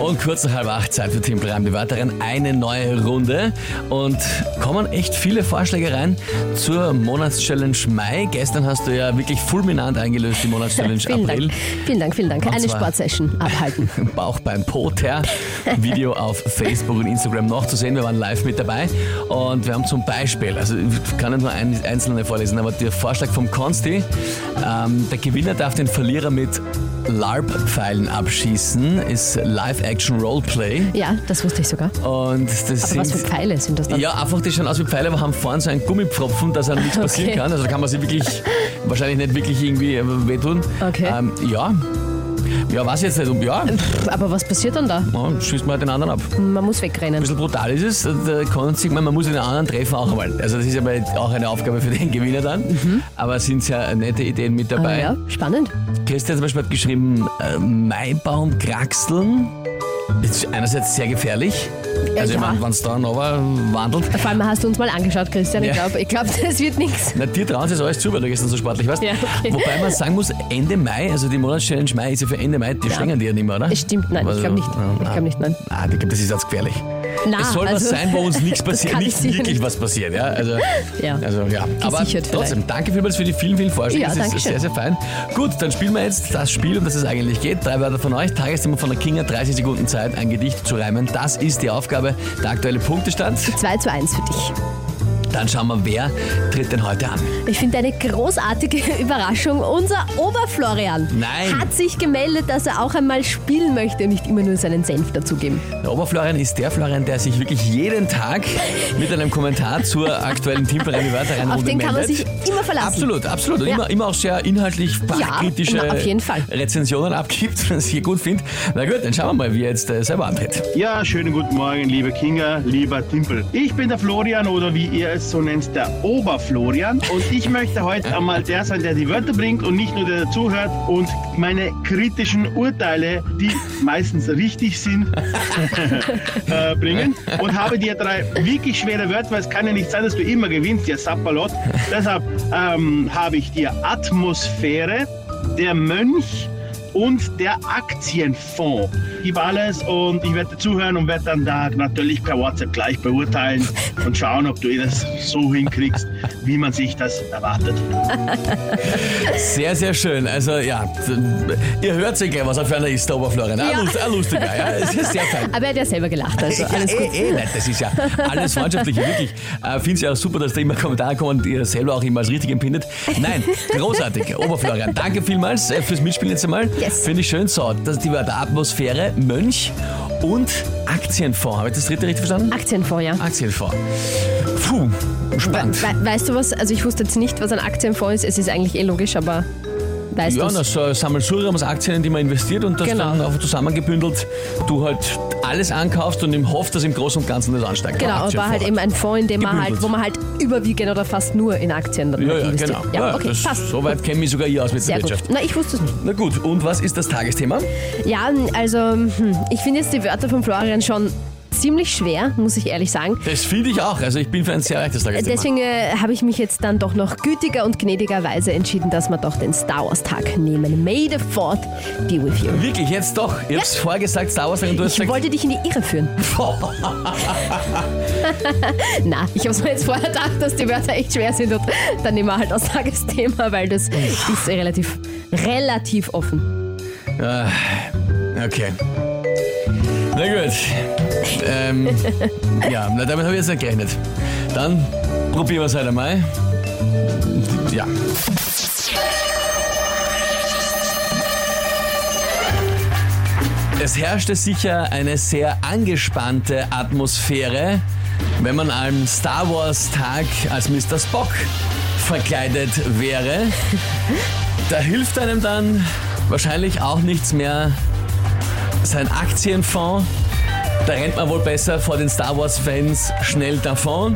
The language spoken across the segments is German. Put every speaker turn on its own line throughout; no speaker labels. Und kurz nach halb acht Zeit für Tempel Reim die weiteren eine neue Runde und kommen echt viele Vorschläge rein zur Monatschallenge Mai. Gestern hast du ja wirklich fulminant eingelöst die Monatschallenge
Vielen
April.
Dank. Vielen Dank, vielen Dank.
Und
Eine
zwar-
Sportsession abhalten.
Bauch beim Poter. Video auf Facebook und Instagram noch zu sehen. Wir waren live mit dabei und wir haben zum Beispiel, also ich kann nicht nur ein, einzelne vorlesen, aber der Vorschlag vom Consti, ähm, der Gewinner darf den Verlierer mit LARP-Pfeilen abschießen, ist Live-Action-Roleplay
Ja, das wusste ich sogar.
und das
Aber
sind...
was für Pfeile sind das dann?
Ja, einfach die schauen aus wie Pfeile, aber haben vorne so einen Gummipfropfen, dass einem nichts passieren
Okay.
kann. Also da kann man sich wirklich, wahrscheinlich nicht wirklich irgendwie äh, wehtun.
Okay.
Ähm, ja. Ja, was jetzt nicht? Und Ja,
Pff, Aber was passiert dann da?
ja schießt man halt den anderen ab. Ein
Man muss wegrennen.
bisschen brutal ist es. Da kann sich, man man muss den anderen treffen auch einmal. Also das ist aber auch eine Aufgabe für den Gewinner dann. Aber es sind sehr nette Ideen mit
Mhm. Ah,
dabei.
ja, spannend.
Christian zum Beispiel hat geschrieben, äh, Maibaum kraxeln. Ist einerseits sehr gefährlich. also
ja.
wenn es da noch wandelt.
Vor allem hast du uns mal angeschaut, Christian. Ich
Ja.
glaube, ich glaub, das wird nichts.
Na, dir trauen sie es alles zu, weil du gestern so sportlich warst.
Ja, okay.
Wobei man sagen muss, Ende Mai, also die Monatschallenge Mai ist ja für Ende Mai, die schlingern die ja nicht mehr, oder? Also,
Stimmt, nein, ich glaube nicht. Ich glaube nicht, nein.
Ah, ich glaube, das ist jetzt gefährlich.
Na,
es soll was
also-
sein, wo uns nichts
Das
passiert,
kann ich
nicht
sicher
wirklich
nicht.
was passiert. Ja? Also,
Ja.
Also, ja. Aber
Gesichert vielleicht.
trotzdem, danke vielmals für die vielen, vielen Vorschläge.
Ja,
das ist
danke schön.
sehr, sehr fein. Gut, dann spielen wir jetzt das Spiel, um das es eigentlich geht. Drei Wörter von euch, Tagesthema von der Kinga, 30 Sekunden Zeit, ein Gedicht zu reimen. Das ist die Aufgabe, der aktuelle Punktestand.
2 zu 1 für dich.
Dann schauen wir, wer tritt denn heute an.
Ich finde eine großartige Überraschung. Unser Oberflorian
Nein.
hat sich gemeldet, dass er auch einmal spielen möchte und nicht immer nur seinen Senf dazugeben.
Der Oberflorian ist der Florian, der sich wirklich jeden Tag mit einem Kommentar zur aktuellen Timpelreine Wörter rein
Auf den kann man
meldet.
sich immer verlassen.
Absolut, absolut. Und
Ja.
immer, immer auch sehr inhaltlich fachkritische
na, auf jeden Fall.
Rezensionen abgibt, wenn es hier gut findet. Na gut, dann schauen wir mal, wie er jetzt äh, selber antritt.
Ja, schönen guten Morgen, lieber Kinga, lieber Timpel. Ich bin der Florian oder wie ihr es so nennt, der Oberflorian. Und ich möchte heute einmal der sein, der die Wörter bringt und nicht nur der, der zuhört und meine kritischen Urteile, die meistens richtig sind, äh, bringen. Und habe dir drei wirklich schwere Wörter, weil es kann ja nicht sein, dass du immer gewinnst, ihr Sapperlot. Deshalb ähm, habe ich dir Atmosphäre, der Mönch und der Aktienfonds. Gib alles und ich werde zuhören und werde dann da natürlich per WhatsApp gleich beurteilen und schauen, ob du das so hinkriegst, wie man sich das erwartet.
Sehr, sehr schön. Also ja, d- ihr hört sich gleich, was er für einer ist, der Oberflorian. Ja.
Ja.
Ein, lust, ein lustiger, ja. Es ist sehr fein.
Aber er hat ja selber gelacht, also
ja,
alles
eh,
gut.
eh, nein, das ist ja alles freundschaftlich, wirklich. Äh, Finde ich auch super, dass da immer Kommentare kommen und ihr das selber auch immer als richtig empfindet. Nein, großartig. Oberflorian, danke vielmals äh, fürs Mitspielen jetzt einmal.
Yes.
Finde ich schön. So, das ist die Wörter Atmosphäre, Mönch und Aktienfonds. Habe ich das dritte richtig verstanden?
Aktienfonds, ja.
Aktienfonds. Puh, spannend.
We weißt du was? Also ich wusste jetzt nicht, was ein Aktienfonds ist. Es ist eigentlich eh logisch, aber weißt
Ja,
du's?
das äh, Sammelsurium aus Aktien, in die man investiert und das
Genau.
dann auch zusammengebündelt, du halt alles ankaufst und im Hoff, dass im Großen und Ganzen das ansteigt.
Genau, aber
Aktienfonds.
war halt eben ein Fonds, in dem man
Gebündelt.
halt, wo man halt überwiegend oder fast nur in Aktien dann
Ja, ja,
investiert.
genau.
Ja, okay,
das,
passt.
So weit kenne mich sogar ich aus mit
Sehr
der
gut.
Wirtschaft.
Na, ich wusste es nicht.
Na gut, und was ist das Tagesthema?
Ja, also hm, ich finde jetzt die Wörter von Florian schon ziemlich schwer, muss ich ehrlich sagen.
Das finde ich auch. Also ich bin für ein sehr leichtes Tagesthema.
Deswegen äh, habe ich mich jetzt dann doch noch gütiger und gnädigerweise entschieden, dass wir doch den Star Wars Tag nehmen. May the 4th be with you.
Wirklich, jetzt doch. Ich hab's vorher gesagt, Star Wars und du hast
Ich
gesagt,
wollte dich in die Irre führen. Na, ich habe mir jetzt vorher gedacht, dass die Wörter echt schwer sind und dann nehmen wir halt das Tagesthema, weil das ist relativ, relativ offen.
Ah, okay. Na gut. Ähm, ja, na, damit habe ich jetzt nicht gerechnet. Dann probieren wir es halt einmal. Ja. Es herrschte sicher eine sehr angespannte Atmosphäre, wenn man am Star Wars Tag als Mr. Spock verkleidet wäre. Da hilft einem dann wahrscheinlich auch nichts mehr sein Aktienfonds. Da rennt man wohl besser vor den Star Wars-Fans schnell davon.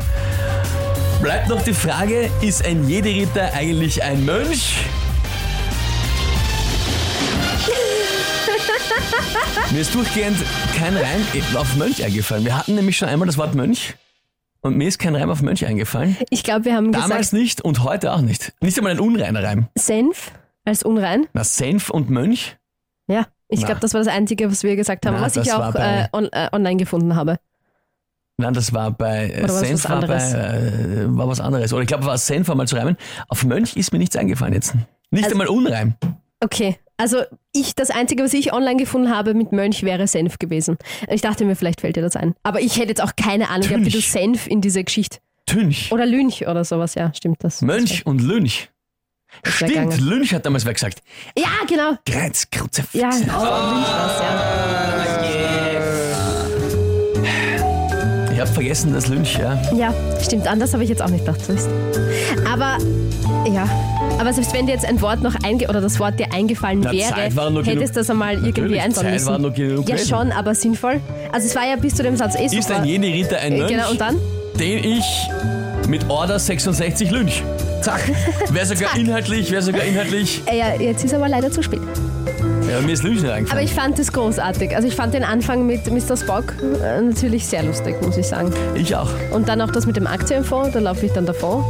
Bleibt noch die Frage, ist ein Jedi-Ritter eigentlich ein Mönch? Mir ist durchgehend kein Reim auf Mönch eingefallen. Wir hatten nämlich schon einmal das Wort Mönch. Und mir ist kein Reim auf Mönch eingefallen.
Ich glaube, wir haben
Damals
gesagt,
nicht und heute auch nicht. Nicht einmal ein unreiner Reim.
Senf als unrein.
Na, Senf und Mönch?
Ja, ich
Na.
glaube, das war das Einzige, was wir gesagt haben,
Na,
was ich
das war
auch
bei-
äh, on, äh, online gefunden habe.
Nein, das war bei äh,
Oder war das
Senf
was
war, bei,
anderes?
äh, war was anderes. Oder ich glaube, war Senf einmal zu reimen. Auf Mönch ist mir nichts eingefallen jetzt. Nicht
Also-
einmal Unreim.
Okay, also ich, das Einzige, was ich online gefunden habe mit Mönch, wäre Senf gewesen. Ich dachte mir, vielleicht fällt dir das ein. Aber ich hätte jetzt auch keine Ahnung gehabt, wie du
Tünch.
Senf in diese Geschichte.
Tünch.
Oder Lynch oder sowas, ja, stimmt das.
Mönch und Lynch.
Das wär
Stimmt,
gegangen.
Lynch hat damals wer gesagt.
Ja, genau.
Greiz, Krutze,
Ja, genau.
Füchse.
Lynch war's, ja.
Ich habe vergessen, das Lynch, ja.
Ja, stimmt. Anders habe ich jetzt auch nicht gedacht. siehst. Aber ja. Aber selbst wenn dir jetzt ein Wort noch einge oder das Wort dir eingefallen
Na,
wäre,
Zeit war noch genug-
hättest das einmal irgendwie
Natürlich,
einbauen
Zeit
müssen.
war noch genug
ja,
gewesen.
schon, aber sinnvoll. Also es war ja bis zu dem Satz eh super.
Ist ein jene Ritter ein
Äh,
Mönch,
genau, und dann?
den ich mit Order 66 Lynch. Zack. Wäre sogar inhaltlich, wäre sogar inhaltlich.
Äh, ja, jetzt ist aber leider zu spät.
Ja, mir ist Lynch nicht
Aber
eingefallen.
ich fand es großartig. Also ich fand den Anfang mit Mr. Spock äh, natürlich sehr lustig, muss ich sagen.
Ich, auch.
Und dann auch das mit dem Aktienfonds, da laufe ich dann davon.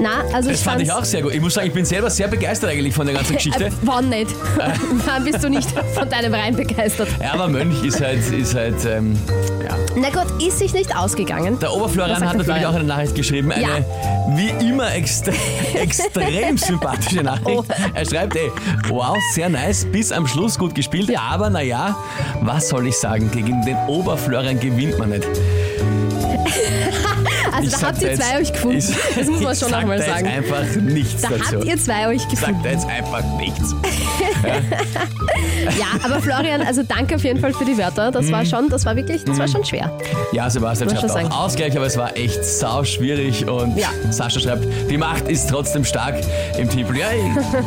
Na, also
Das
ich
fand ich auch sehr gut. Ich muss sagen, ich bin selber sehr begeistert eigentlich von der ganzen
Äh,
Geschichte. Äh.
wann nicht? Wann bist du nicht von deinem Reim begeistert?
Ja, aber Mönch ist halt, ist halt ähm, ja.
Na gut, ist sich nicht ausgegangen.
Der
Was
Oberflorian hat
sagt der
natürlich
Florian?
auch eine Nachricht geschrieben. Eine
Ja.
wie immer extre extrem sympathische Nachricht.
Oh.
Er schreibt, ey, wow, sehr nice, bis am Schluss gut gespielt. Aber naja, was soll ich sagen? Gegen den Oberflorian gewinnt man nicht.
Also da habt ihr zwei euch gefunden. das muss man schon nochmal sagen.
Da jetzt einfach nichts
Da
dazu.
habt ihr zwei euch
Ich sag
gefunden.
da jetzt einfach nichts.
Ja, aber Florian, also danke auf jeden Fall für die Wörter. Das
Mhm.
war schon, das war wirklich, das war schon schwer.
Ja, Sebastian
Muss
schreibt auch
schon sagen.
Ausgleich, aber es war echt sau schwierig. Und
Ja.
Sascha schreibt, die Macht ist trotzdem stark im Titel. Ja,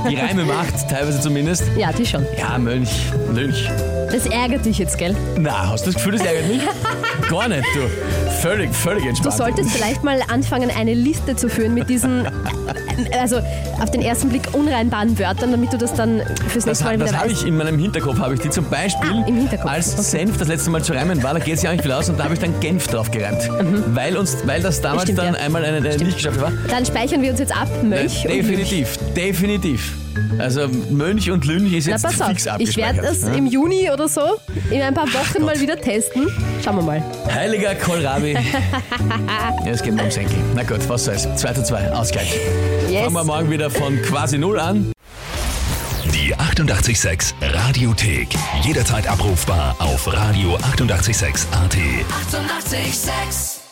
die Reime macht, teilweise zumindest.
Ja, die schon.
Ja, Mönch, Mönch.
Das ärgert dich jetzt, gell?
Na, hast du das Gefühl, das ärgert mich? Gar nicht, du. Völlig, völlig
Du
entspannt.
solltest vielleicht mal anfangen, eine Liste zu führen mit diesen, äh, also auf den ersten Blick unreinbaren Wörtern, damit du das dann
Das,
fürs nächste
ha-
Mal
das
wieder
habe
weißt.
ich in meinem Hinterkopf, habe ich die zum Beispiel,
Ah, im Hinterkopf,
als
okay.
Senf das letzte Mal zu reimen war, da geht es ja auch nicht viel aus und da habe ich dann Genf drauf gereimt. Weil, uns, weil das damals
Mhm. Stimmt,
dann
ja.
einmal eine, eine
Stimmt.
nicht geschafft war.
Dann speichern wir uns jetzt ab, Mönch. und
Ne, definitiv, definitiv. Also Mönch und Lynch ist
Na,
jetzt
pass
fix
auf, ich
abgespeichert.
werde es im Juni oder so in ein paar Wochen mal wieder testen. Schauen wir mal.
Heiliger Kohlrabi. ja, es geht nur ums Enkel. Na gut, was soll's. 2 zu 2, Ausgleich.
Yes.
Fangen wir morgen wieder von quasi null an.
Die 886 Radiothek. Jederzeit abrufbar auf radio886.at. 886!
886